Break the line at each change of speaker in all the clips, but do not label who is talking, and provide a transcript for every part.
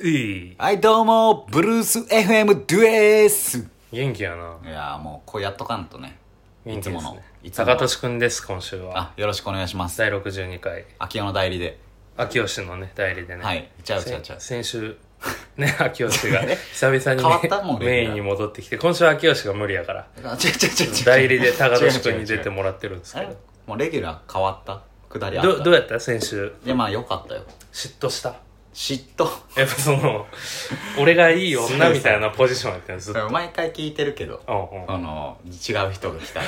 いい
はい、どうも、ブルース FM でーす。
元気やない
やーもう、こうやっとかんとね。
元気
いつ
で
も
す
の
ね
いつもの
高俊くんです今週は
あ、よろしくお願いします。
第62回
秋山の代理で。
秋吉のね代理でね
はい、ちゃうちゃう
先
ちゃう。
先週ね 秋吉が久々に
変わったもん
ね
ね
メインに戻ってきて今週は秋吉が無理やから
あ違う違う違う 違う
代理で高俊くんに
違う違う違
出
う
てもらってるんです
あ
け
れ
ど
もうレギュラー変わったくだりあった
どどうやった先週
いや、まあよかったよ。
嫉妬した
嫉妬。
やっぱその俺がいい女みたいなポジションやったよずっと
毎回聞いてるけど、
うんうん
あの、違う人が来 たら。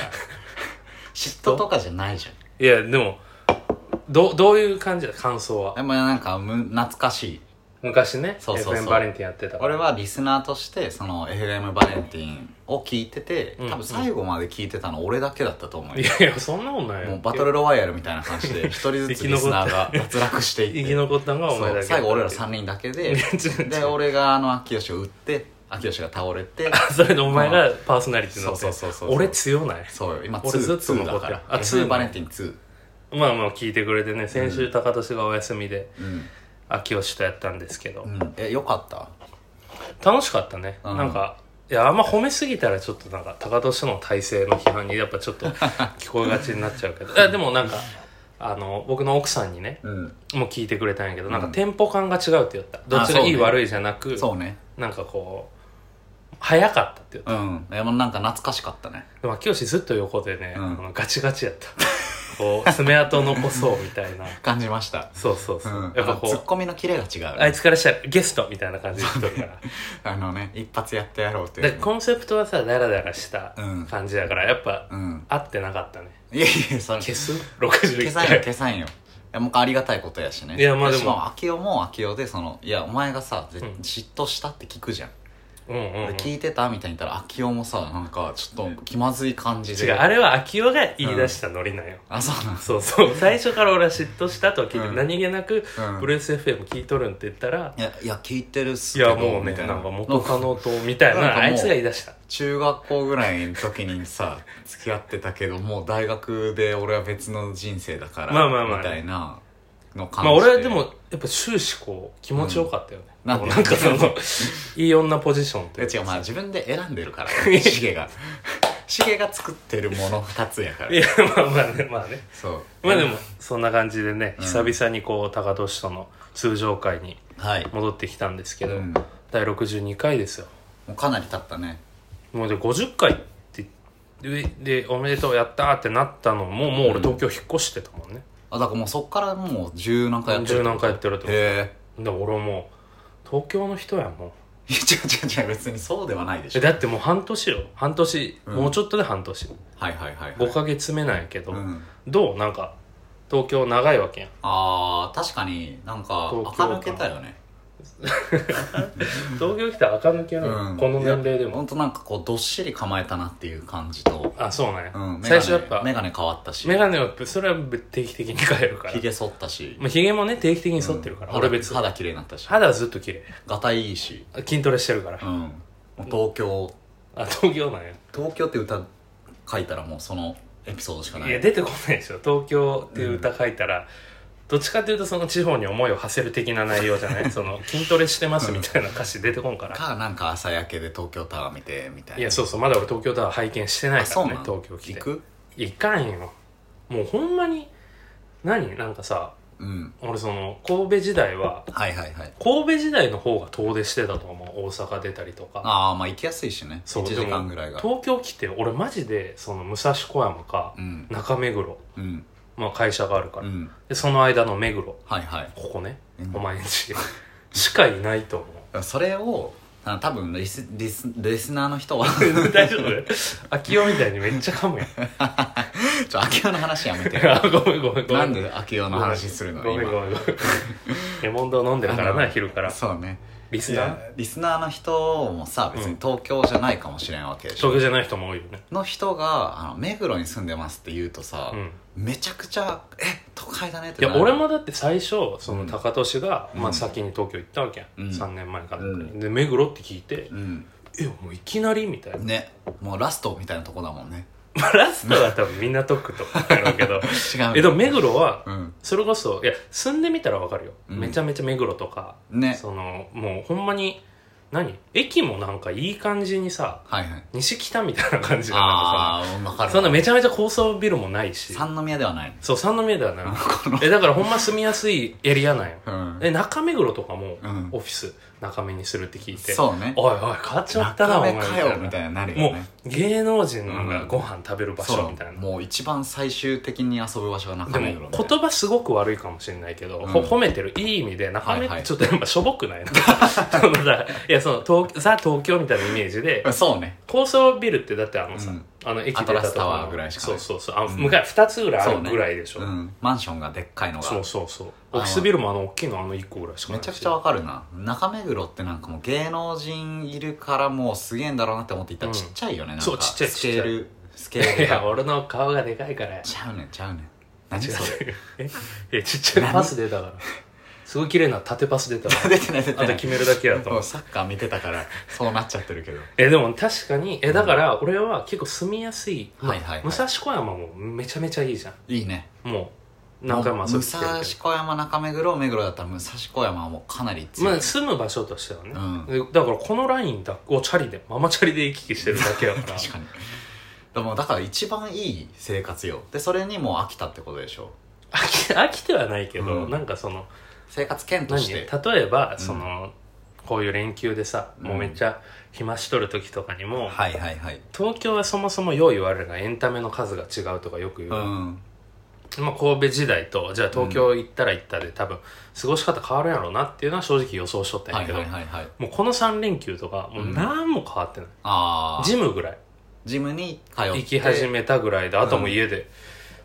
嫉妬とかじゃないじゃん。
いやでもどどういう感じだ感想は
でもなんか、む懐かしい。
昔ね
そうそうそう
FM バレンティンやってたから
俺はリスナーとしてその FM バレンティンを聞いてて
うん
多分最後まで聞いてたの俺だけだったと思う
い
よ、
やいやそんなもんないよ
もうバトルロワイヤルみたいな感じで一人ずつリスナーが脱落してい
生
っ
き
て
残ったのがお前だ
そ
け
う
だ
最後俺ら3人だけで
違う違う
で俺があの秋吉を打って秋吉が倒れて
それでお前がパーソナリティになって
そうそうそうそう
俺強ない
そうよ今
俺ずっと
2
残
だ
って
か
る
ら
あ
FM
2
バレンティン2
まあまあ聞いてくれてね先週高俊がお休みで
うん、
秋吉とやったんですけど、
うん、えよかった
楽しかったね、
うん
なんかいやあんま褒めすぎたらちょっとなんか高俊の体制の批判にやっぱち ょっと聞こえがちになっちゃうけどいやでもなんかあの僕の奥さんにね
うん
もう聞いてくれたんやけど、なんか
うん
テンポ感が違うって言ったどっちが
あそう
いい
ね
悪いじゃなく、
そうね
なんかこう早かったって言った
うんいやもうなんか懐かしかったね
でも秋吉ずっと横でね、
うん
あのガチガチやったこう爪痕残そうみたい な
感じました
そうそうそう、
うん
やっぱこ
あのツッ
う
コミのキレが違うね、
あいつからしたらゲストみたいな感じで言っとる から
あのね、一発やってやろうっていう
で
ね。
コンセプトはさダラダラした
うん
感じだからやっぱ、
うん。
合ってなかったね
いやいや、そ
消
れ。消
す ?61
さんよ、
回
消さんよ。いや、もうありがたいことやしね。
いやまあでも
しかも、秋代も秋代で、その、いや、お前がさ、ぜ
うん
嫉妬したって聞くじゃん。
うんうん、うん、
で
違
聞いてたみたいに言ったら、秋代もさ、なんか、ちょっと気まずい感じで。
うあれは秋代が言い出したノリなんよ、
あ、そうなん
そうそう最初から俺は嫉妬したとは聞いて、
うん
何気なく、
うん
ブルース FM 聞いとるんって言ったら
いや、いや、聞いてるっす
い
けど
やもうね
みた
ないんか元カノとみたい
なん
な
かもう
あいつが言い出した
中学校ぐらいの時にさ付き合ってたけどもう大学で俺は別の人生だから
まあまあまあ
みたいなの感じ
まあ俺はでもやっぱ終始こう気持ちよかったよね、
うん
もうな
なんんで
かその いい女ポジションと
え
いう
違うまあ
か
自分で選んでるから ねシゲがシゲが作ってるもの2つやか
いや
ら
まあまあねまあね
そう
まあでもそんな感じでね、
うん
久々にこう高俊との通常会に
はい、
戻ってきたんですけ
う
ど、
ん、も
第62回ですよ
うかなり経ったね
もうで50回ってででおめでとうやったーってなったのももう俺東京引っ越してたもんね、
あだからもうそっからもう十何回やって
十
る
何回やってると思う
へ
で俺もう東京の人やもん
え違う違う違う別にそうではないでし
え
ょ
だってもう半年よ半年、
うん
もうちょっとで半年
はいはいはい、はい
5ヶ月目なんやけど、
うん、
どうなんか東京長いわけやん
あー確かになんか
東京
垢抜けたよね
東京来たら垢抜けなの、
うん
この年齢で
いやほ
も
んとなんかこうどっしり構えたなっていう感じと、
あそうなんや、
うん、
最初やっぱ
眼
メ
鏡変わったし
ガネはそれは定期的に変える から
ひげ剃ったし
まあ、ひげもね定期的に剃ってるから、
うん
俺別に
肌肌綺麗になったし
肌はずっと綺麗
ガタイいいし
筋トレしてるから、
うんもう東京
あ東京なんや
東京って歌書いたらもうそのエピソードしかない
いや出てこないでしょ東京っていう歌書いたら、どっちかというとその地方に思いを馳せる的な内容じゃ ないその筋トレしてますみたいな歌詞出てこんから、
かなんか朝焼けで東京タワー見てみたいない
やそうそうまだ俺東京タワー拝見してない
あ
か
そ
ら
う
ね
なの
東京来て
行く
いかんよもうほんまに何なんかさ
うん
俺その神戸時代は
はいはいはい
神戸時代の方が遠出してたと思う大阪出たりとか
ああまあ行きやすいしね1時
でも
間ぐらいが
東京来て俺マジでその武蔵小山か
うん
中目黒、
うん
まあ、会社があるか
う
ら、
ん
でその間の目黒
はいはい
ここね、
うん
お前んちしかいないと思う
それをあ多分リスリスリスナーの人は
大丈夫秋代みたいにめっちゃ噛むやん
ちょ秋代の話やめて
あごめんごめんごめん
なんで秋代の話するの
ごめんご
今
めんごめんレモンド飲んでるから
あ
な
の
昼から
そうね
リス
い
ナー
やリスナーの人もさ別に東京じゃないかもしれんわけでしょ、
東京じゃない人も多いよね
の人があの目黒に住んでますって言うとさ、
うん
めちゃくちゃ「え都会だね」って
い
なる
や俺もだって最初その
うん
高俊が、ま
う
あ、
ん
先に東京行ったわけや、
うん
3年前から、
うん
で目黒って聞いて
うん
「えもういきなり?」みたいな、
ねもうラストみたいなとこだもんね
まあラストは多分みんな解くと思うんだろうけど
違 う
えでも目黒は
うん
それこそいや住んでみたらわかるよ、
うん
めちゃめちゃ目黒とか、
ね
そのもうほんまに何駅もなんかいい感じにさ
はいはい
西北みたいな感じだか
ああ分から
さ
る
そんなめちゃめちゃ高層ビルもないし
三宮ではない
そう三宮ではないえだからほんま住みやすいエリアなんよ
うん
え中目黒とかも
うん
オフィス中目にするって聞いて、
そうね
おいおい変わっちまったなお前
中目かよみたいになるよね
もう芸能人がご飯食べる場
そ
所
う
みたいな、
もう一番最終的に遊ぶ場所が中目
でも
黒ね
言葉すごく悪いかもしれないけど、
うん
ほ褒めてるいい意味で中目、
はいはい
ちょっとやっぱしょぼくないな そのさいやその東ザ東京みたいなイメージで
うんそうね
高層ビルってだってあのさ、
うん
あの駅出
アトラ
た
ス
とこ
タ
ろ
ワーぐらいしかな
そう
い
そうそうあの、
うん
向かい2つぐらいあ
そう
る
ね
ぐらいでしょそう,、
うんマンションがでっかいのが
そうそうオフィスビルもあの大きいのあの1個ぐらいしかな
め
いし
ちゃくちゃわかるな中目黒ってなんかもう芸能人いるからもうすげえんだろうなって思っていたら
うん
ちっちゃいよね、なんか
そうちっちゃい
スケールスケー
い
ル
や
が
俺の顔がでかいからや
ちゃうねんちゃうねん何
違う
それ
ええちっちゃいパス出たからすごい綺麗な縦パス出たわ
出てない出て
あ
な
と
い
決めるだけやと
も
思う
うサッカー見てたからそうなっちゃってるけど
えでも確かにえだから俺は結構住みやすい、まあ
はいはいはい
武蔵小山もめちゃめちゃいいじゃん
いいね
もう何回も遊
武
び来てる
蔵
け
小山中目黒目黒だったら武蔵小山はもうかなり
ど、ま
強い、
あ、住む場所としてはね、
う
でだからこのラインだをチャリでママチャリで行き来してるだけやから
確かにでもだから一番いい生活よでそれにもう飽きたってことでしょ
飽き飽きてはないけど、
うん
なんかその
生活圏と
何
して
例えば、
うん
そのこういう連休でさもうめっちゃ暇しとる時とかにも、
はいはいはい
東京はそもそもよう言われるがエンタメの数が違うとかよく言う、
うん
まあ、神戸時代とじゃあ東京行ったら行ったで多分過ごし方変わるんやろうなっていうのは正直予想しとったん
は
や
い
けど、
はいはいはい
もうこの3連休とかもう何も変わってない、
ああ
ジムぐらい
ジムに通って
行き始めたぐらいであともう家で、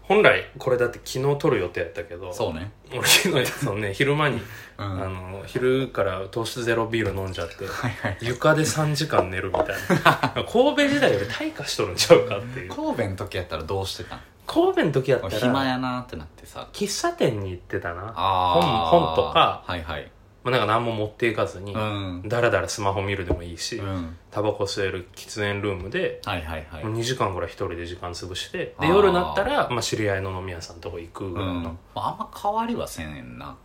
本来これだって昨日撮る予定やったけど
そうね
俺昨日その ね昼間に、
うん
あ
はい
の昼から糖質ゼロビール飲んじゃって
はい
床で3時間寝るみたい な神戸時代より退化しとるんちゃうかっていう
神戸の時やったらどうしてた
神戸の時やった
の
ら
暇やなーってなってさ
喫茶店に行ってたな
あー
本本とか
はいはい
まあ、なんか何も持っていかずに、
うん
だらだらスマホ見るでもいいし、
うん
タバコ吸える喫煙ルームで、
はいはいはい
もう2時間ぐらい一人で時間潰して
あ
で
ー
夜になったら、まあ、知り合いの飲み屋さんとこ行くぐ
う
らい
ん
の、
まああんま変わりはせんねんな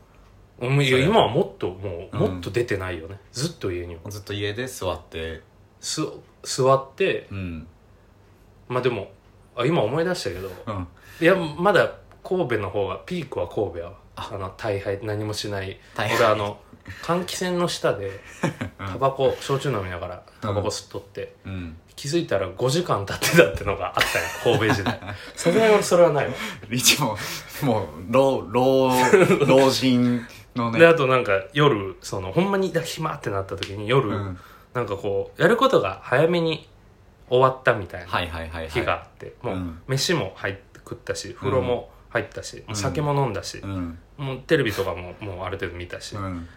もういや
それ
今はもっともう
う
も
ん
っと出てないよね、ずっと家には
ずっと家で座って
す座って
うん
まあでもあ今思い出したけど
うん
いやまだ神戸の方がピークは神戸やわあの大敗何もしない
大敗
俺あの換気扇の下で
うん
タバコ焼酎飲みながらタバコ吸っとって、
うん
気づいたら5時間経ってたってのがあったよ神戸時 代さすがに俺それはないわ、
一応もう老 老老人の
で
ね
あとなんか夜そのほんまにだ暇ってなった時に夜、
うん
なんかこうやることが早めに終わったみたいな
はいはいはいはい
日があって、
う
もうん飯も入って食ったし風呂も入ったし、もう酒も飲んだし
う、ん
もうテレビとかももうある程度見たし、
うん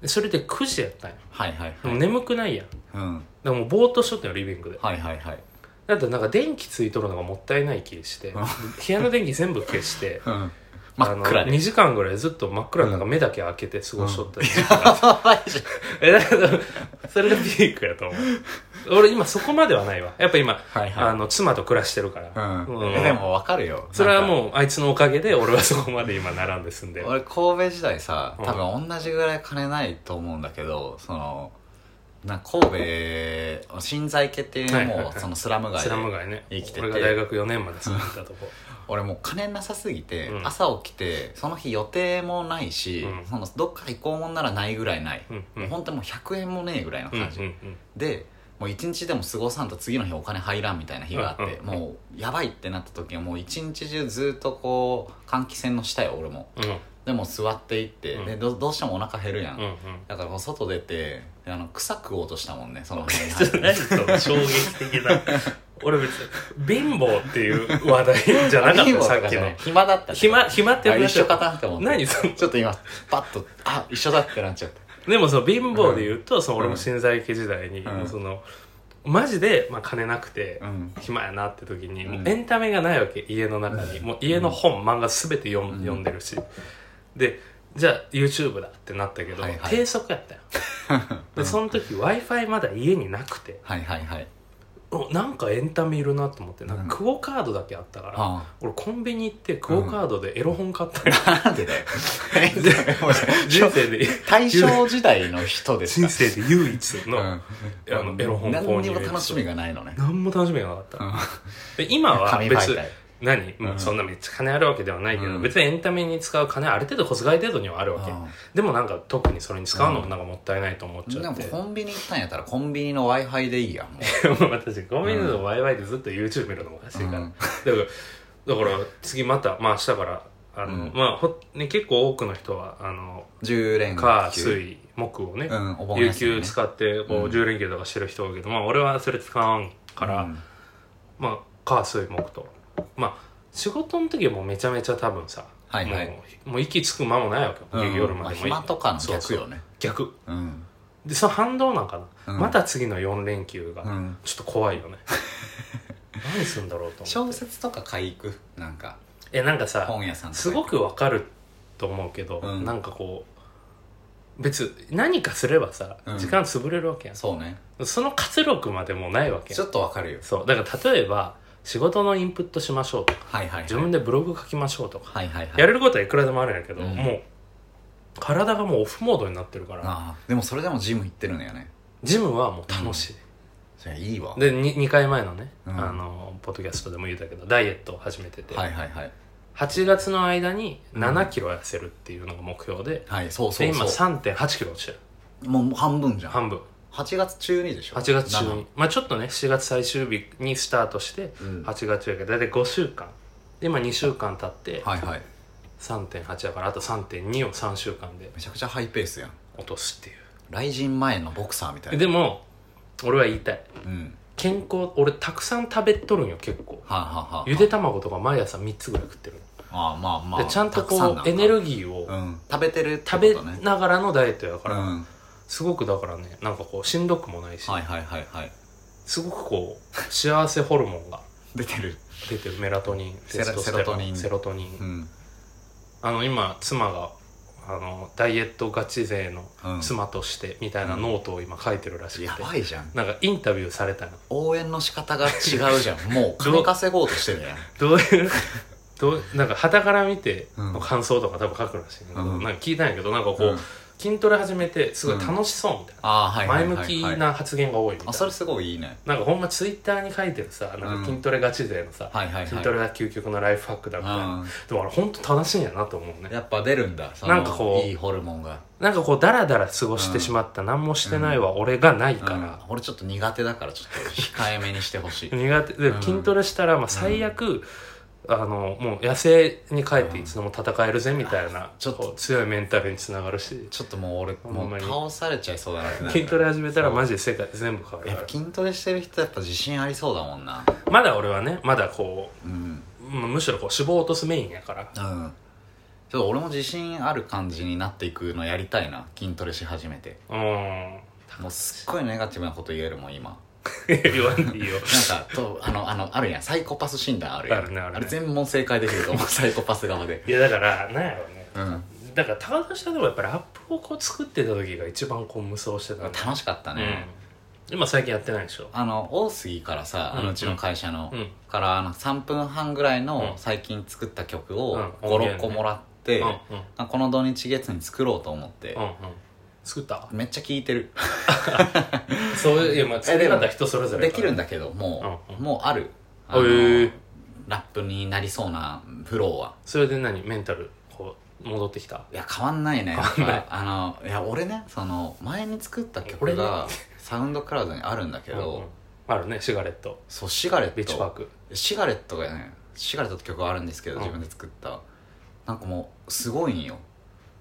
でそれで9時やったんよ
はいはい
で
は
も
い
眠くないやん
うん
でもうぼーっとしとったよリビングで
はいはいはい
だとなんか電気ついとるのがもったいない気して
うん
部屋の電気全部消して
うん 真っ暗
2
で
時間ぐらいずっと真っ暗の中目だけ開けて過ごしとったり、
やばいじゃん
えだからそれがピークやと思 う俺今そこまではないわやっぱ今、
はいはい
あの妻と暮らしてるから、
うん、えでもわかるよ
それは
う
もうあいつのおかげで俺はそこまで今並んで住んでる
俺神戸時代さ
うん
多分同じぐらい金ないと思うんだけどそのな神戸新在家っていう
はいはい
も
はいう
そのスラム街
ス
で
ラム街ね
生きてて
俺が大学4年まで住んでたとこ
俺もう金なさすぎて、
うん
朝起きてその日予定もないし、
うん
そのどっか行こうもんならないぐらいない、
うんうん
もう本当にもう100円もねえぐらいの
うんうん
感じ、でもう一日でも過ごさんと次の日お金入らんみたいな日があって、
うんうんうん
もうやばいってなった時はもう一日中ずっとこう換気扇の下よ俺も
うんうん
でも座っていって、
うん
でどどうしてもお腹減るやん、
うんうん
だからこう外出てあの草食おうとしたもんね その辺に
ちょっと何その衝撃的な俺別に貧乏っていう話題じゃなかったよさっきの
暇だった
暇暇って
あ
話
一緒かなって思って
何その
ちょっと今パッとあ一緒だってなっちゃった
でもその貧乏で言うと、その俺も新在家時代に、
うん
そのマジで、まあ、金なくて、
うん
暇やなって時に、もううんエンタメがないわけ家の中に、もう家の本、漫画全て読ん,、
ん
読んでるしでじゃあ YouTube だってなったけど、
はいはい
低 速やったよでその時 w i f i まだ家になくて
はいはいはい
おなんかエンタメいるなと思ってなんか
うん
クオ・カードだけあったから、
あ
俺コンビニ行ってクオ・カードでエロ本買ったよ、
あ。なんでだよ。
人生で
大正時代の 人です
人
か
生で唯一の,、あのエロ本購入
何にも楽しみがないのね。
何も楽しみがなかった、で今は
紙
別
媒
に
体。
何、
ん
うんそんなめっちゃ金あるわけではないけど、
うん
別にエンタメに使う金ある程度小遣い程度にはあるわけ、
うん
でもなんか特にそれに使うのもなんかもったいないと思っち
で
ゃっ
も
て、
コンビニ行ったんやったらコンビニの Wi-Fi でいいやん。 もう
私コンビニのワイワイでずっと YouTube 見るのもおかしいから、
うん
だからだから次またまあ明日からあの、
うん
まあほ、ね、結構多くの人はあの
10連
火
休
水木をね、
うん、お盆
有
休みね
給使ってこう
う
ん10連休とかしてる人多いけど、まあ俺はそれ使わんから、
うん
まあ火水木とまあ仕事の時はもうめちゃめちゃ多分さ、
はいはい
もうもう息つく間もないわけよ、
うん
夜
ま
ま
あ
でも
暇とかの
そう
逆
そう
よね。
逆
うん。
でその反動なんかな、
うん
また次の4連休が、
うん
ちょっと怖いよ ね何するんだろうと思
小
って
説とか買い行くなんか、
えなんかさ
本屋さんとか。
すご。くわかると思うけど、
うん
なんかこう別何かすればさ、
うん
時間潰れるわけや
そうね。
んその活力までもないわけ
ち
や
ょ
ん
っとわかるよ。
そうだから例えば仕事のインプットしましょうとか
はいはいはい。
自分でブログ書きましょうとか、
はいはいはい。
やれることはいくらでもあるんやけど、
うん
もう体がもうオフモードになってるから
ああでもそれでもジム行ってるのよね
ジムはもう楽しい、
それいいわ
で 2, 回前のね、
うん
あのポッドキャストでも言ったけどダイエットを始めてて、
はいはいはい
8月の間に7キロ痩せるっていうのが目標で,、
はいそうそう
で今
そ
3 8キロ落ちてる
うもう半分じゃん
半分
8月中にでしょ
8月中
7
に、まあ、ちょっとね7月最終日にスタートして
うん
8月中やけど大体5週間で今2週間経って
はいはい
3.8だからあと3.2を3週間で
めちゃくちゃハイペースやん
落とすっていう
来陣前のボクサーみたいな
でも俺は言いたい
うん
健康俺たくさん食べとるんよ結構
はあ、はあはあ、
ゆで卵とか毎朝3つぐらい食ってる
ああまあまあ
でちゃんとこ
たくさ
う
な
エネルギーを
うん食べてるってこ
食
と
べ
ね
ながらのダイエットやから、
うん
すごくだからねなんかこうしんどくもないし、
はいはいはいはい
すごくこう幸せホルモンが
出てる
出てるメラトニン
セ
テ
ロ
ステロ
セロトニン
セロトニン、
うん
あの今妻があのダイエットガチ勢の
うん
妻としてみたいなノートを今書いてるらし
や
くて、
ばいじゃん
なんかインタビューされたの
応援の仕方が違うじゃん もう金稼ごうとしてるやん
どういう どうなんか旗から見て
うん
の感想とか多分書くらしいんだけど、
うん
なんか聞いたんやけどなんかこう、
うん
筋トレ始めてすごい楽しそうみたい
ああは
な、
いはいはい、
前
は
向
い、
きな発言が多いみたいな、
あそれすごいいいね
なんかほんまツイッターに書いてるさなんか筋トレガチ勢のさ、
はいはいはい
筋トレが究極のライフハックだみたいな、
うん
でもあれ本当正しいんやなと思うね
やっぱ出るんだそ
なんかこう
いいホルモンが
なんかこうダラダラ過ごしてしまった、何もしてないは俺がないか
うん
ら、
俺ちょっと苦手だからちょっと控えめにして ほしい
苦手で
うん
筋トレしたらまあ最悪、あのもう野生に帰っていつでも戦えるぜみたいな、
ちょっと
こう強いメンタルにつながるし
ちょっともう俺
んまに
もう倒されちゃいそうだなってな る
筋トレ始めたらマジで世界全部変わる
やっ
か
ぱ筋トレしてる人やっぱ自信ありそうだもんな
らまだ俺はねまだこ
うん
うむむしろこう脂肪を落とすメインやから
うんちょっと俺も自信ある感じになっていくのやりたいな筋トレし始めて
うん
もうすっごいネガティブなこと言えるもん今
言わんでいいよ
なんかと あのあのあるやんサイコパス診断あるやん
あるねあるね
れ全問正解できると 思うサイコパス側で
いやだからなんやろうね
うん
だから高田さんでもやっぱラップをこう作ってた時が一番こう無双してたね
楽しかったね、
うん、今最近やってないでしょ
あの大杉からさ、あ
うん
のうちの会社の、
うん
からあの3分半ぐらいの
うん
最近作った曲を
うん音源ね
56個もらって、
うんうんうん
あこの土日月に作ろうと思って
う、ん作った
めっちゃ聴いてる
そういういやまあ作り方は人それぞれ
できるん
だ
だけども
う
う、
んうん
もうある
へ
あの
ー
ラップになりそうなフローは
それで何メンタルこう戻ってきた
いや変わんないねやっ
変わんない
ぱあのいや俺ねその前に作った
俺
曲
ね
がサウンドクラウドにあるんだけど、
うんうんあるねシガレット
そうシガレ
ビ
ッ
ーチパー
ト
ク
シガレットがねシガレットって曲があるんですけど
うん
自分で作った、なんかもうすごいんよ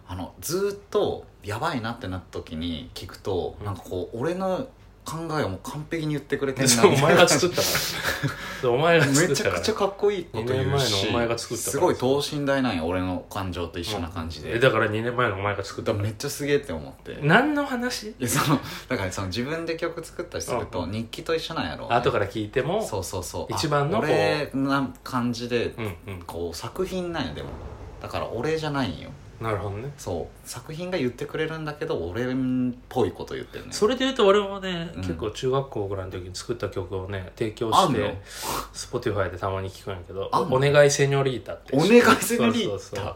あのずーっとやばいなってなった時に聞くと、
うん
なんかこう俺の考えをもう完璧に言ってくれてん
そう お
みた
前
いな
が作ったから そうお前が作
め
った
ちゃ
から
くちゃかっこいいこと
二年
言う
前
し
のお前が作ったから
すごい等身大なんよ俺の感情と一緒な感じで、
え
だか
だから2年前のお前が作った
ら
から
めっちゃすげえって思ってい
何の話
やそのだからその自分で曲作ったりする
う
と
ん
日記と一緒なんやろ、
後から聞いても
そうそうそう
一番の
あ
こう
俺な感じで
うんうん
こう作品なんやでもだから俺じゃないんよ
なるほどね
そう作品が言ってくれるんだけど俺っぽいこと言ってるね
それで言うと我々もね、
うん
結構中学校ぐらいの時に作った曲をね提供
あ
し
んの
て Spotify でたまに聞くんやけど
あ
「
んの
お願いセニョリータ」って
お願いセニョリ
そうそうそ
ー
う
タ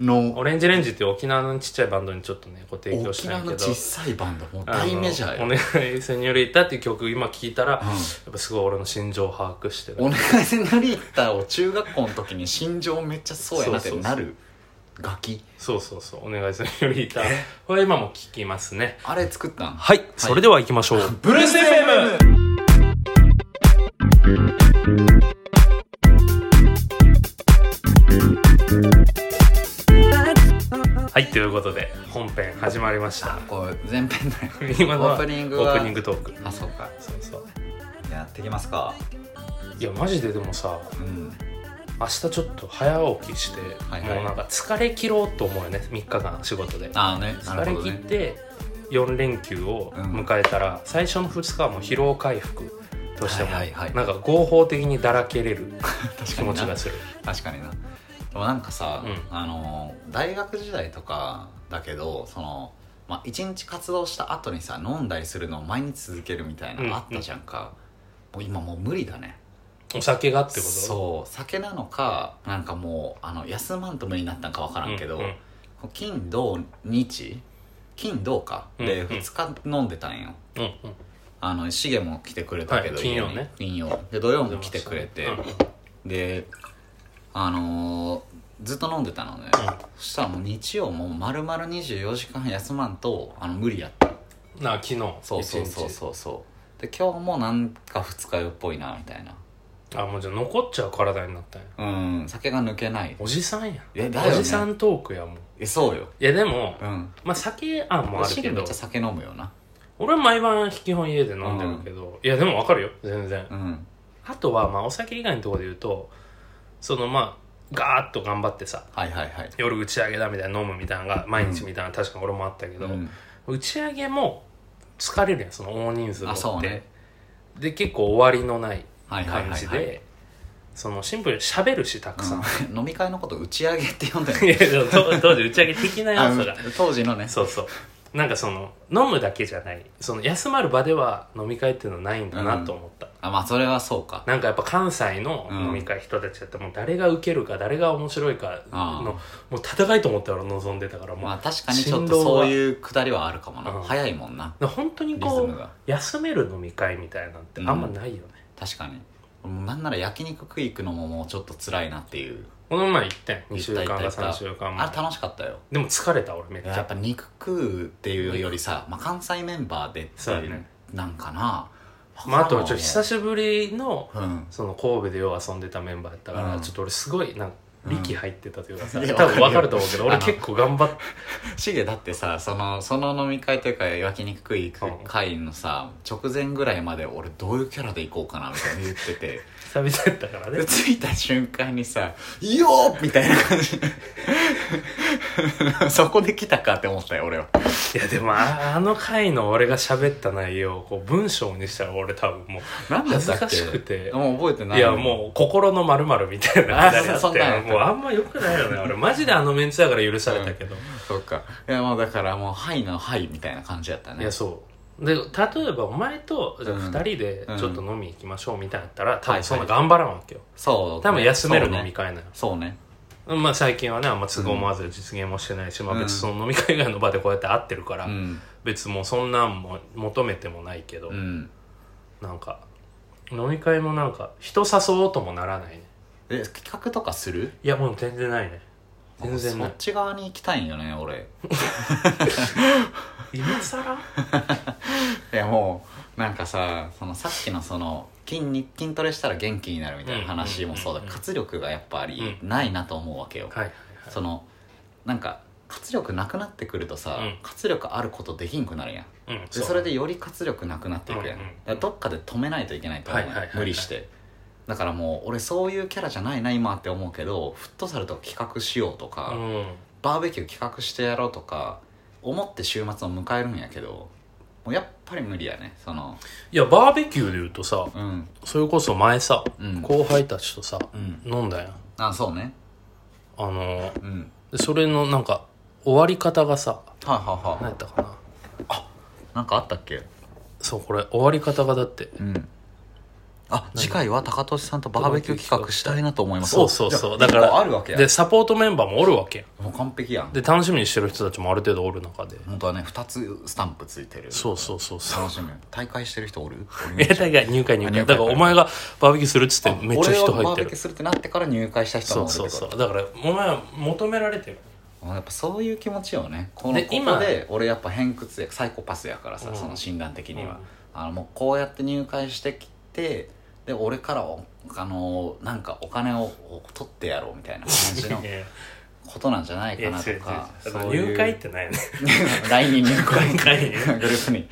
の
オレンジレンジっていう沖縄のちっちゃいバンドにちょっとねご提供し
沖
たん
縄
やけ
の
ど
小さいバンドもう
あの
大メジャーよ、
お願 いセニョリータ」っていう曲今聞いたら、や
うん
っぱすごい俺の心情を把握してる
お願いセナリータを中学校の時に心情めっちゃそうやなってなる楽器
そうそうそう「お願いセニョリータ」これ今も聞きますね
あれ作ったん
はい、それで は行きましょうブルース FM! はい、ということで本編始まりました。
こう前編だよ
今のは
オープニング
オ
は
ープニングトーク。
あそうか
そうそう。
やってきますか
いやマジででもさ、
うん
明日ちょっと早起きして、
はいはい
もうなんか疲れ切ろうと思うよね。3日間仕事で。
ああねな
疲
る
れ
ほど
切っ
ね
て4連休を迎えたら、最初の2日はもう疲労回復としても、
はいはいはい
なんか合法的にだらけれる 気持ちがする。
確かになでもなんかさ、
う
あの大学時代とかだけどそのまあ、一日活動した後にさ飲んだりするのを毎日続けるみたいな
うん
のあったじゃんか、もう今もう無理だね
お酒がってこと
そう酒なのかなんかもうあの休まんと無理になったんか分からんけど、
うんうん
金土日金土かで、
うんうん
2日飲んでたんよ
うんうん
あのシゲも来てくれたけど、
はい金曜ね
家に金曜で土曜も来てくれて、
うん
であのーずっと飲んでたのね、そしたらもう日曜も丸々24時間休まんとあの無理やった
なあ昨日
そうそうそうそうそうで今日もなんか2日酔っぽいなみたいな
一日あもうじゃあ残っちゃう体になったんや
うん酒が抜けない
おじさんや
えだよね
おじさんトークやもう
えそうよ
いやでも、
うん
まあ酒案もある
シ
け
ゲめ
ど
っちゃ酒飲むよな
俺は毎晩基本家で飲んでるけど、いやでもわかるよ全然、
うん
あとはまあお酒以外のところで言うとそのまあガーッと頑張ってさ
はいはいはい
夜打ち上げだみたいな飲むみたいなのが毎日みたいな、確か俺もあったけど、
うん
打ち上げも疲れるやんその大人数乗
あそ
っ
う
て、
ね
で結構終わりのない
はいはいはい
感
はい
じでそのシンプルに喋るしたくさん、
うん飲み会のこと打ち上げって呼んだよ
い
ね
やでも当当時打ち上げ的な
あ
要素が
うん当時のね
そうそうなんかその飲むだけじゃないその休まる場では飲み会っていうのはないんだなと思った、
あまあそれはそうか
なんかやっぱ関西の飲み会人たちだってもう誰がウケるか誰が面白いか
ああ
のもう戦いと思って俺望んでたからもう、
まあ確かにちょっとそういうくだりはあるかもな
うん
早いもんな
だから本当に
リズ
こ
ム
う
が
休める飲み会みたいなんてあんまないよね、
確かにうんなんなら焼肉食い行くのももうちょっと辛いなっていう
この前行ったよ2
言っ
週
た言
間
った
か
言った
3週間
あ
前
れ楽しかったよ
でも疲れた俺めっち
やっ
ゃ
ぱ肉食うっていうよりさ、まあ、関西メンバーでって
そうだ
いう
ね
なんかな
まああとちょっと久しぶりの
うん
その神戸でよう遊んでたメンバーやったから、
うん
ちょっと俺すごいなんか力入ってたというかさ、
うんいや
多分わ
わ
か
か
る
る
と
よ
思うけど俺
あの
結構頑張って
シゲだってさそのその飲み会というか焼肉食い行く会のさ直前ぐらいまで俺どういうキャラで行こうかなみたいな言ってて
久々やったから
で
ね
着いた瞬間にさ「いいよー!」みたいな感じそこで来たかって思ったよ俺はい
やでもああの回の俺が喋った内容をこう文章にしたら俺多分もう
何だ
恥ず
ったっけ
かしくて
もう覚えてない
いやもう心のまるみたいな
あ
くだりあ
そ
っ
んなんやって
も
た
うあんま良くないよね俺マジであのメンツだから許されたけど、
そうかいやもうだからもう「はい」の「はい」みたいな感じやった
い
ね
やそうで例えばお前とじゃあ
うん
2人でちょっと飲み行きましょうみたいなやったら、多分そんな
はい
頑張らんわけよ
そう
多分休める
の
飲み会なの
そうね
まあ最近はねあんま都合も合わず実現もしてないし、まあ
うん
別にその飲み会以外の場でこうやって会ってるから、
そうねうん
別もうそんなんも求めてもないけど、
うん
なんか飲み会もなんか人誘おうともならないね
え企画とかする
いやもう全然ないね全然
そ
ない
っち側に行きたいんよね俺
今更
いやもうなんかさそのさっきのその筋に筋トレしたら元気になるみたいな話もそうだ
うん
け
うん
ど活力がやっぱりないなと思うわけよ、
はいはい
そのなんか活力なくなってくるとさ、
うん
活力あることできんくなるやん
はい、うん、
でそれでより活力なくなっていくやん、
うんうん
だからどっかで止めないといけないと思う、
はいはいはいはい
無理してだからもう俺そういうキャラじゃないな今って思うけどフットサルとか企画しようとか、
うん
バーベキュー企画してやろうとか思って週末を迎えるんやけどもうやっぱり無理やねその
いやバーベキューで言うとさ
うん
それこそ前さ、
うん
後輩たちとさ、
うん
飲んだやん
あそうね
あのー
うん
でそれのなんか終わり方がさ
はいは
何
いは
や
い
ったかな
なんかあったっけ
そうこれ終わり方がだって
うんあ次回は高俊さんとバーベキュー企画したいなと思います
そうそうそうだか
じゃ
ら
あるわけや
でサポートメンバーもおるわけやん
もう完璧やん
で楽しみにしてる人たちもある程度おる中で
本当はね2つスタンプついてる
そうそうそうそう
楽しみ大会してる人おる
え大概入会入
あ入
会
会
だからお前がバーベキューするっつってめっちゃ人
俺がバ
入っ
ー
て
ベキュー
る
するってなってから入会した人
そ
も
う
出て
そ
くる
うそうだからお前は求められてる
もうやっぱそういう気持ちよねこの
で
こ
今
こで俺やっぱ偏屈やサイコパスやからさ、
うん
その診断的には、あのもうこうやって入会してきてで俺からおあのなんかお金を取ってやろうみたいな感じの
いや
ことなんじゃない
いや
かなと
違う違う
か
違う
そういう
入会 ってないよね
LINE に入会
入会にね
グループに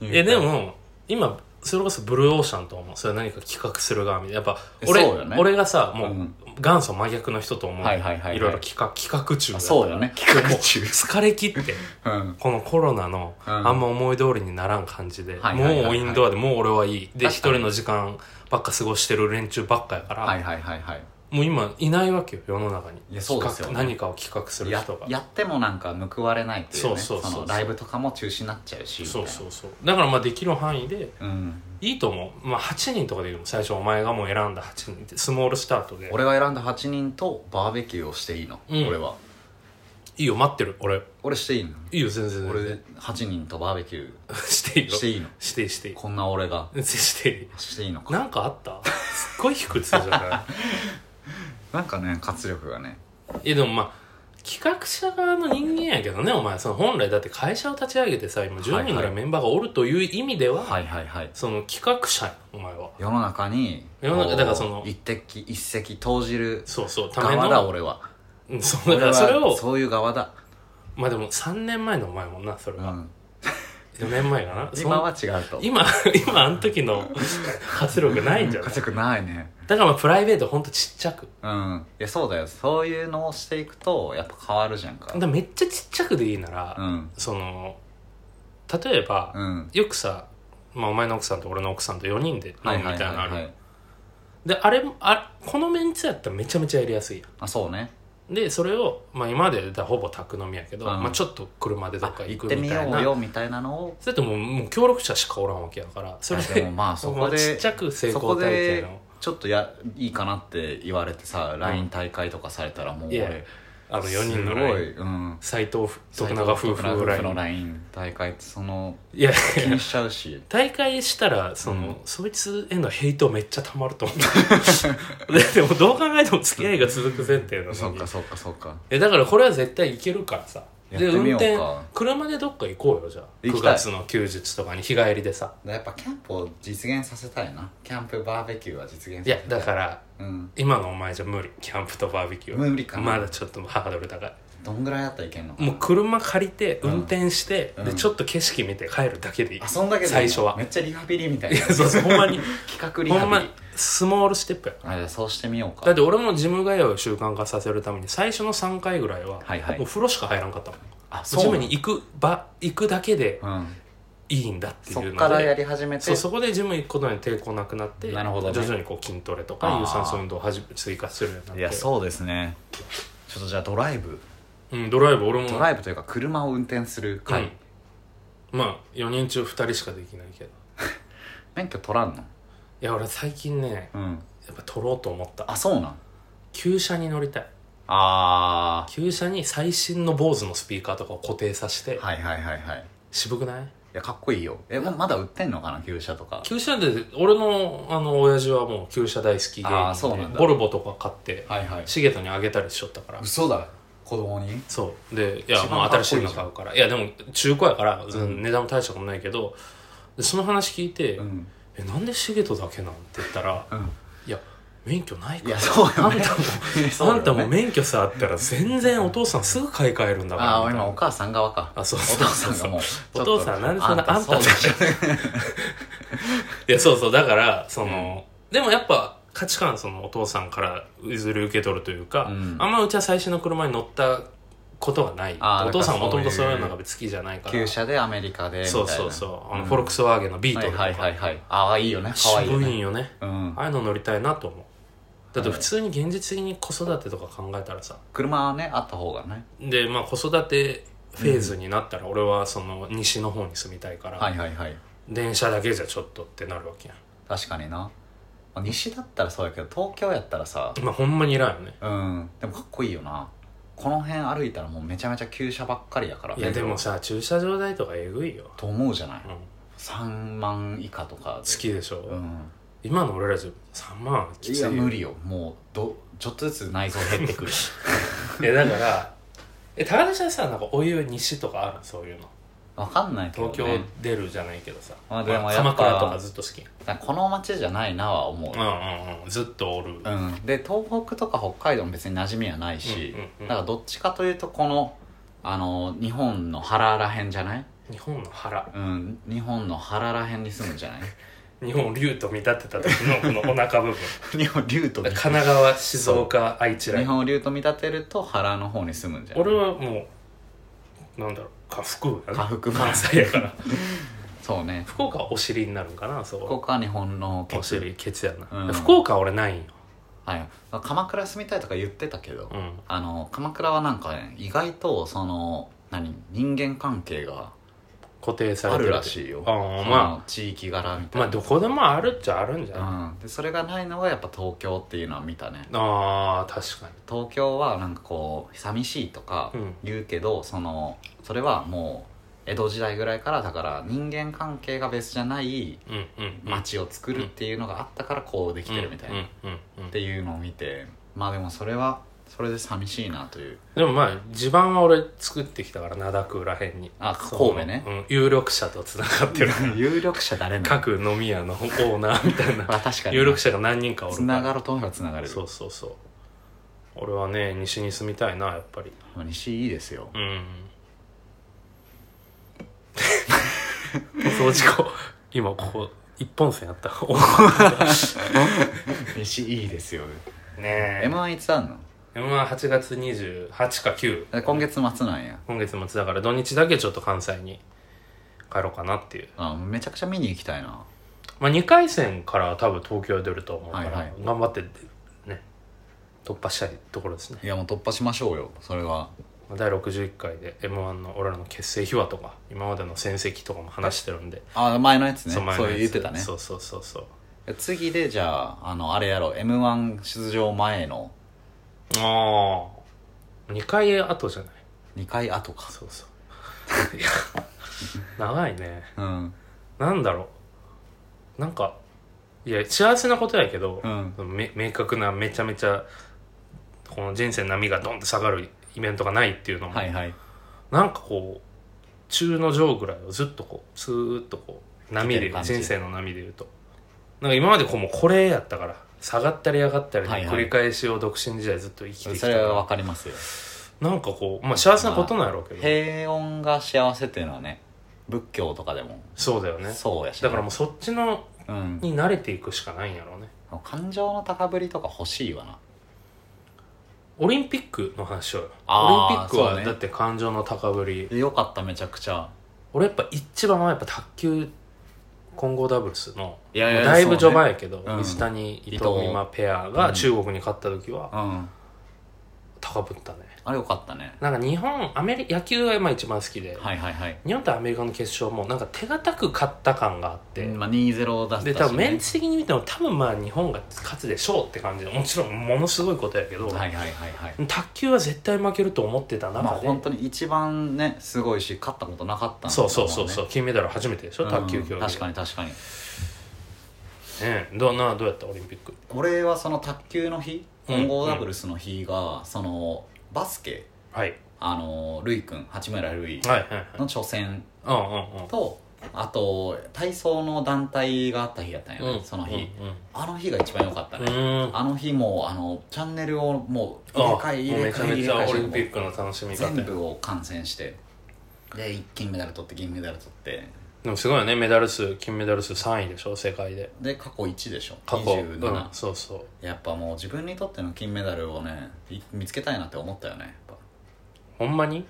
いやでも今それこそブルーオーシャンとは思うそれは何か企画する側みたいなやっぱ
え
俺,、
そうよね
俺がさも
う
うん元祖真逆の人と思う、
はいはいはいはい
ろいろ企画企画中だ
あそうよね企画中
疲れ切って
うん
このコロナの
うん
あんま思い通りにならん感じで、
はいはいはいはい
もうインドアでもう俺はいいで一
確かに
人の時間ばっか過ごしてる連中ばっかやから、
はいはいはいはい
もう今いないわけよ世の中に
いやそうですよ
企
ね
画何かを企画する
や
人が
やってもなんか報われないというね
そうそうそうそう
のライブとかも中止になっちゃうしみたい
そう
な
そうそうだからまあできる範囲で
うん、
いいと思うまあ8人とかでいいも最初お前がもう選んだ8人ってスモールスタートで
俺が選んだ8人とバーベキューをしていいの、
うん
俺はい
いよ待ってる俺
俺していいの
いいよ全然全
俺
然
8人とバーベキュ
していい
ー
よ
していいの
していいしていい
こんな俺が
全然していい
していいのか
なんかあったすっごい卑屈じゃ ない
なんかね活力がね
えでもまあ企画者側の人間やけどねお前その本来だって会社を立ち上げてさ今10人ぐらいメンバーがおるという意味では、
はいはいはい
その企画者やお前は
世の中に
世の中
こう
だからその
一滴一石投じる
そうそうため
側だ
の
俺は
うんそう
俺
だか
は
らそれを
そういう側だ、
まあでも3年前のお前もんなそれ
う
は、
ん、
四4年前かなそん
今は違うと
今 今あの時の活力ないんじゃない
活力ないね
だからまあプライベートほんとちっちゃく
うんいやそうだよそういうのをしていくとやっぱ変わるじゃんか
だからめっちゃちっちゃくでいいなら、
うん
その例えば、
うん
よくさ、まあ、お前の奥さんと俺の奥さんと4人で飲むみたいなのある、
い
であれあこのメンツやったらめちゃめちゃやりやすいや
あそうね
んでそれを、まあ、今までだほぼ宅飲みやけど、
うん
まあ、ちょっと車でどっか行
行
く
ってみ
みた
よ
いうな
よみたいなのを
それともうもう協力者しかおらんわけやからそれ
あでもまあ そこで
ちっちゃく成
そこ
功体
で
験を
ちょっとやいいかなって言われてさ LINE 大会とかされたらもう
いや
俺
あの4人の
す
ラ
ご
イン
いうん
斎藤徳永夫
徳永
婦ライ
の
ン
LINE 大会ってその
いや
気にしちゃ うし
大会したらその、
うん
そいつへのヘイトめっちゃたまると思う ででもどう考えても付き合いが続く前提なのに
そうかそうかそうか
えだからこれは絶対行けるからさ
や
で
って
運
みようか
転車でどっか行こうよじゃあ
行
9
きたい
月の休日とかに日帰りでさ
やっぱキャンプを実現させたいなキャンプバーベキューは実現さ
い
せ
や
たい
だから
うん
今のお前じゃ無理キャンプとバーベキューは
無理かな
まだちょっとハードル高い
どんぐらいだったらいけんのかな
もう車借りて運転して、
うん
でちょっと景色見て帰るだけでいい、
遊んだけど
最初は
めっちゃリハビリみたい
い
な
や そうそうほんまに
企画リ
ほ
ハ
ん
ビ
ま
リ
スモールステップや
あじゃあそうしてみよう
だ
か
って俺もジム通いを習慣化させるために最初の3回ぐらいは、
はいはい
もう風呂しか入らんかったもん
あ
ジムに行く場行くだけで
うん
いいんだっていう
そ
の
っ
で
からやり始めて
そうそこでジム行くことに抵抗なくなって
なるほどね
徐々にこう筋トレとか
あー
有酸素運動をはじ追加するようになって
いやそうですねちょっとじゃあドライブ
うん、ドライブ俺も
ドライブというか車を運転する会、
うんまあ4人中2人しかできないけど
免許取らん
い
の
や俺最近ね
うん
やっぱ取ろうと思った
あそうなん
旧車に乗りたい
あ
旧車に最新の坊主のスピーカーとかを固定させて、
ーはいはいはいはいい
渋くない
やかっこいいよえままだ売ってんのかな旧車とか
旧車で俺のあの親父はもう旧車大好き芸
あーそう
人
なん
で
だ
ボルボとか買って
はいは
シゲトにあげたりしちょったから
嘘だ子供に
そうでいや
一番
まあ
かっこい
新し
い
いの買うからいやでも中古やから、値段も大したことないけどでその話聞いて「
うん
えなんでシゲトだけなん?」って言ったら「
ん
いや免許ない
い
か
や
ら」
そうよ ねそうよ
あ
ね
んたも免許さあったら全然お父さんすぐ買い替えるんだから
ああ今お母さん側か
あそう
お
そう
父さんがもう
お父さん
ちょ
な
っと
んでそんなあんた
そうでしょ
いやそうそうだからその、でもやっぱ価値観そのお父さんから譲り受け取るというか、
うん
あんまうちは最新の車に乗ったことがない
あー
お父さん
だ
も
から
ともとそういう
そういう
のが別に好きじゃないから
旧車でアメリカでみたい
そう
な
そうそうあの、
ん
フォルクスワーゲンのビートルとか、
はいはいはいはいああいいよね可愛いよ
渋いん
ね
よね
うん
ああいうの乗りたいなと思うだって普通に現実的に子育てとか考えたらさ
車はねあった方がね
でまあ子育てフェーズになったら俺はその西の方に住みたいから、
はいはいはい
電車だけじゃちょっとってなるわけや
確かにな、まあ西だったらそうやけど東京やったらさ
んまあほんまにいらんよね
うんでもかっこいいよなこの辺歩いたらもうめちゃめちゃ急車ばっかりやから
いやでもさ駐車場代とかえぐいよ、
と思うじゃない
うん、好
3万以下とかで
きでしょ、
うん
今の俺らじゃ3万はきつ
い
いよ
や無理よもうどちょっとずつ内臓減ってくる
えだから え高田さんさなんかお湯西とかあるそういうの
わかんないけど、ね、
東京出るじゃないけどさ、
まあでも
まあ
やっぱ
鎌倉とかずっと好きや
だからこの街じゃないなは思う、
んうんうんうんずっとおる、うん
うん、で東北とか北海道も別に馴染みはないし、
うんうんうん
だからどっちかというとこのあの日本の原らへんじゃない、
日本の腹
うん、日本の原らへんに住むんじゃない
日本を竜と見立てた時のこのお腹 部分
日本竜と
神奈川静岡愛知らへ
日
ん
本を竜と見立てると原の方に住むんじゃない
俺はもうなんだろう下腹部や
下
な
腹部
関西やから
そうね
福岡はお尻になるんかなそ
福
こ
岡は日本の
お尻ケツやな、
うん
福岡は俺ないんよ、
はい、鎌倉住みたいとか言ってたけど、
うん、
あの鎌倉はなんかね意外とその何人間関係が
固定され
あ
て
る
る
らしいよ
ああま
あ地域柄み
あ
たい
まあ
な、
どこでもあるっちゃあるんじゃない、
うん、でそれがないのがやっぱ東京っていうのは見たね
あー確か
東京はなんかこう寂しいとか
うん
言うけど、そのそれはもう江戸時代ぐらいからだから人間関係が別じゃない
にうんうんうん
街を作るっていうのがあったからこうできてるみたいな、
うん
っ
うんうんうん
ていうのを見てまあでもそれはそれで寂しいな という
でもまあ地盤は俺作ってきたから灘区らへんに
あ
その
神戸ね
うん、有力者とつながってる
有力者誰なの
各飲み屋のオーナーみたいな
まあ確かに
有力者が何人かおる
つながろうと思えばつながれる
そうそうそう俺はね西に住みたいなやっぱり
まあ西いいですよ
うん放送事故今ここ一本線あった
西いいですよ
ね
m 1いつあんの
m 1 8月28か9
え今月末なんや
今月末だから土日だけちょっと関西に帰ろうかなっていう
あめちゃくちゃ見に行きたいな
まあ、2回戦から多分東京出ると思うから、
はいはい
頑張ってね突破したいところですね
いやもう突破しましょうよそれは
まあ第61回で m 1の俺らの結成秘話とか今までの戦績とかも話してるんで、
あ前のやつね
の前
そ
のや
う
つ
言ってたね
そうそうそうそう
次でじゃああのあれやろう m 1出場前の
ああ2回後じゃない
2回後か
そうそういや長いね
うん
なんだろうなんかいや幸せなことやけど、
うん
め明確なめちゃめちゃこの人生の波がドンと下がるイベントがないっていうのも、
はいはい
なんかこう中の上ぐらいをずっとこうスーッとこう波
来て
で
る感じ
人生の波で言うとなんか今までこうもうこれやったから下がったり上がったりの
はいはい
繰り返しを独身時代ずっと生きてきた
そ
から、
れはわかりますよ
なんかこうまあ幸せなことなんやろうけど、
平穏が幸せっていうのはね仏教とかでも
そうだよね
そうやしね、
だからもうそっちの
うん
に慣れていくしかないんやろうね
感情の高ぶりとか欲しいわな
オリンピックの話しようよ
あー
オリンピックは
そうね
だって感情の高ぶり、
でよかっためちゃくちゃ
俺やっぱ一番はやっぱ卓球混合ダブルスの
いやいや
だいぶ序盤やけど、
そうねうん
水谷伊藤
伊藤
美誠ペアが中国に勝った時は
うん
高ぶったね、
あれよかったね
なんか日本アメリ野球が今一番好きで、
はいはいはい
日本とアメリカの決勝もなんか手堅く勝った感があって、
まあ、2-0だったし、ね、
で多分メンツ的に見ても多分まあ日本が勝つでしょうって感じでもちろんものすごいことやけど、
はいはいはいはい
卓球は絶対負けると思ってた
まあ
中で、
本当に一番ねすごいし勝ったことなかったんだもん
そう
ね
そうそうそう、金メダル初めてでしょ、
うん
卓球競技
確かに確かに
ねえどうなどうやったオリンピック
俺はその卓球の日
うん
混合ダブルスの日が、そのバスケ
はい
あのルイ君八村塁
はいはいはい
の初戦
うんうんうん
とあと体操の団体があった日やったんやね、
うん
その日、
うんうん
あの日が一番良かったね、
うん
あの日もあのチャンネルをもう
あ
入
もう
れ
めちゃ
替え
め
入れ
ち
替え入れ替
ゃ
え
オリンピックの楽しみ方
全部を観戦してで金メダル取って銀メダル取って
でもすごいよねメダル数金メダル数3位でしょ世界で
で過去1でしょ
過去、うん
27、
そうそう
やっぱもう自分にとっての金メダルをねい見つけたいなって思ったよねやっぱ
ほんまに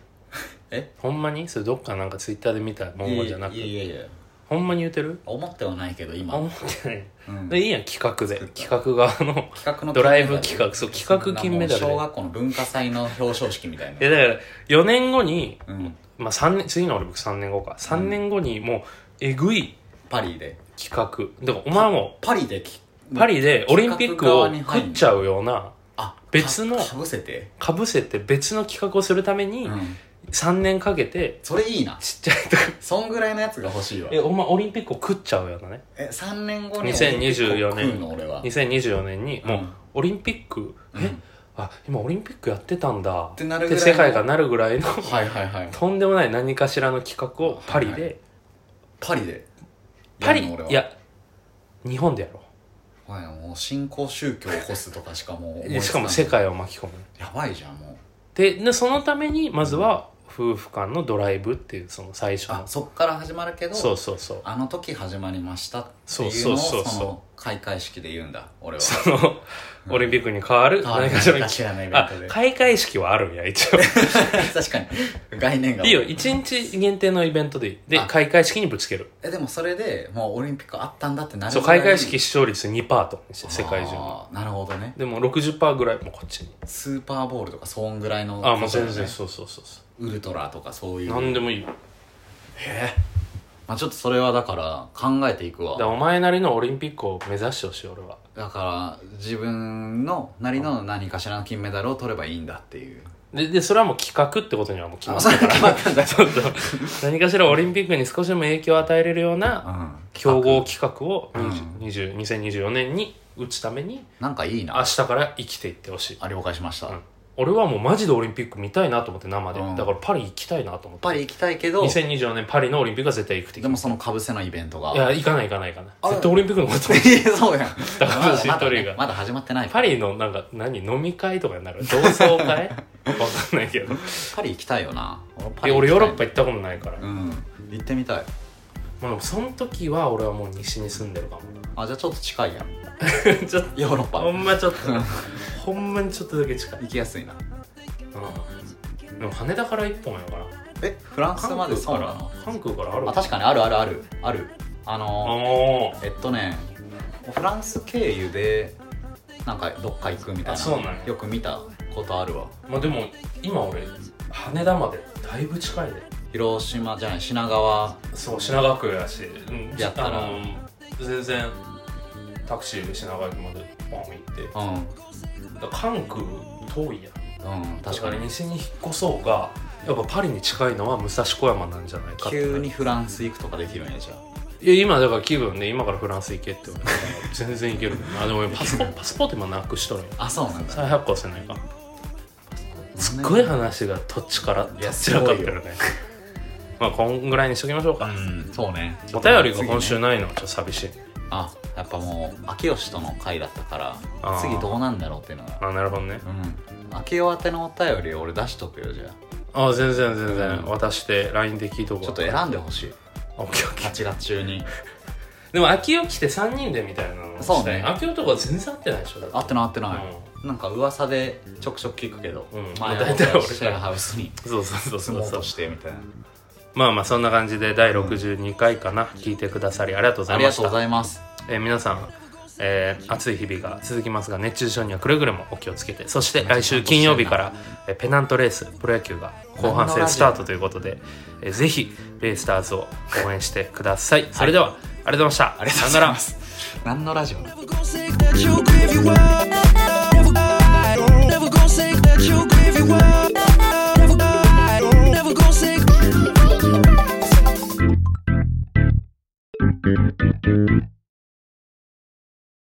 え
ほんまにそれどっかなんかツイッターで見た文言じゃなく
いやいやいや
ほんまに言うてる
思ってはないけど今、
思
う
ってない
ん
でいいやん企画で企画側の
企画の
ドライブ
金メダ
企
ル
画そう企画金メダル
そんなもう小学校の文化祭の表彰式みたい
いや
な、
だから4年後に、
うん、
まあ、3年次の俺僕3年後か3年後にもうえぐい
パリで
企画だからお前も
パリでき
パリでオリンピックを
企画側に入んの
食っちゃうような
あ
別の
かかぶせて、
かぶせて別の企画をするために
うん、
3年かけて
それいいな
ちっちゃいとか
そんぐらいのやつが欲しいわ
えお前オリンピックを食っちゃうようなね
え3年後に
2024年
食うの俺は
2024年にもう
うん
オリンピック、
うん
えあ今オリンピックやってたんだって
なるぐらいの
世界がなるぐらいの
はいはいはい
とんでもない何かしらの企画をパリで、
はいはパリで
パリ
やんの俺はい
や日本でやろ
おいもう新興宗教を起こすとかしかもう思いつ
う
かない
しかも世界を巻き込む
やばいじゃんもう
ででそのためにまずは夫婦間のドライブっていうその最初
あ
の
そっから始まるけど
そうそうそう
あの時始まりましたっていうの
そう
を
そうそうそう
その開会式で言うんだ俺は
そのオリンピックに変わる
変わる
何かしらの
何かしらのイベン
あ
トで
開会式はあるんや一応
確かに概念が
いいよ1日限定のイベントでいいで
あ
開会式にぶつける
えでもそれでもうオリンピックあったんだってなる
そう
ぐらい
開会式視聴率2パートにして世界中に
あーなるほどね
でも60%ぐらいもうこっちに
スーパーボールとかそんぐらいの
あもう
ことだ
全
よね
然そうそうそうそ
ウルトラとかそういうう
何でもいいよ
まあ、ちょっとそれはだから考えていく
だ
わ
からお前なりのオリンピックを目指してほしい俺は
だから自分のなりの何かしらの金メダルを取ればいいんだっていう
ででそれはもう企画ってことにはもう決まっ
あ
た
それ決まったんだ
ちょっと何かしらオリンピックに少しでも影響を与えれるよう
う
なん競合企画を
うん
20 20 2024年に打つために
なんかいい
明
な
日から生きていってほしい、
あ了解しました、
うん俺はもうマジでオリンピック見たいなと思って生で、
うん
だからパリ行きたいなと思って
パリ行きたいけど
2024年パリのオリンピックは絶対行くって
でもそのかぶせのイベントが
いや行かない行かない行か
あ
ない絶対オリンピックのこと
いや そうやん
だから
まだ
シ
ま
ート
だ,、
リーが
まだ始まってない
パ
リ
リのなんか何飲み会とかになる同窓会 わかんないけど
パリ行きたいよな俺パ
い
リ
や
行きたい
俺ヨーロッパ行ったことないから、
うん行ってみたい
まあでもその時は俺はもう西に住んでるか も
あじゃあちょっと近いやん
ちょっと
ヨーロッパ
ほんまちょっとほんまにちょっとだけ近い、
行きやすいな
うん、でも羽田から1本やから
えフランスまでそうなの
関空からある
あ確かにあるあるあるあるあのー
おー
えっとねフランス経由でなんかどっか行くみたい
あ
な
そうなんや
よく見たことあるわ
まあでも今俺羽田までだいぶ近いで
広島じゃない品川
そう品川区やし、うん
やったら
あの全然タクシーで品川駅までバン行ってだか
うんう
ら関空遠いやん
ん確
確
か
か
に
に西に引っ越そうがやっぱパリに近いのは武蔵小山なんじゃないかって
急にフランス行くとかできるんやじゃあ
いや今だから気分で今からフランス行けって言われたから全然行けるけどなでもパスポパスポート今なくしとるよ
あそうなんだ
再発行せないかすっごい話がどっちからどっ
いや
ちらかってるねまあこんぐらいにしときましょう
う
か、
んそうね
お便りが今
次
週
ね
ないのはちょっと寂しい
あやっぱもう秋吉との会だったか
あ
ら
ー
次どうなんだろうっていうのが
あなるほどね
うん秋吉宛てのお便り俺出しとくよじゃあ
あ全然全
うん
然渡して LINE で聞いとこう
ちょっと選んでほしい
あオッケーオッケー
8月中に
でも秋を来て3人でみたいなのをしたい
そうね
秋男は全然合ってないでしょだって
合ってない合ってない、なんか噂でちょくちょく聞くけど、
うん
前
まあ
は
大体俺
シェアハウスに
そうそう
住
そ
も
う
う
そ
と
う
してみたいな
まあまあそんな感じで第62回かな、聞いてくださりありがとうござ
あ
い
り
ま
が
し
とう
た
ございます
えー皆さん、えー暑い日々が続きますが熱中症にはくれぐれもお気をつけてそして来週金曜日から、えーペナントレースプロ野球が後半戦スタートということで、えーぜひベイスターズを応援してくださいそれでは、ありがとうございました
ありがとうご
さよ
ざい
なら
ます何のラジオ
gonna take that you'll give you up.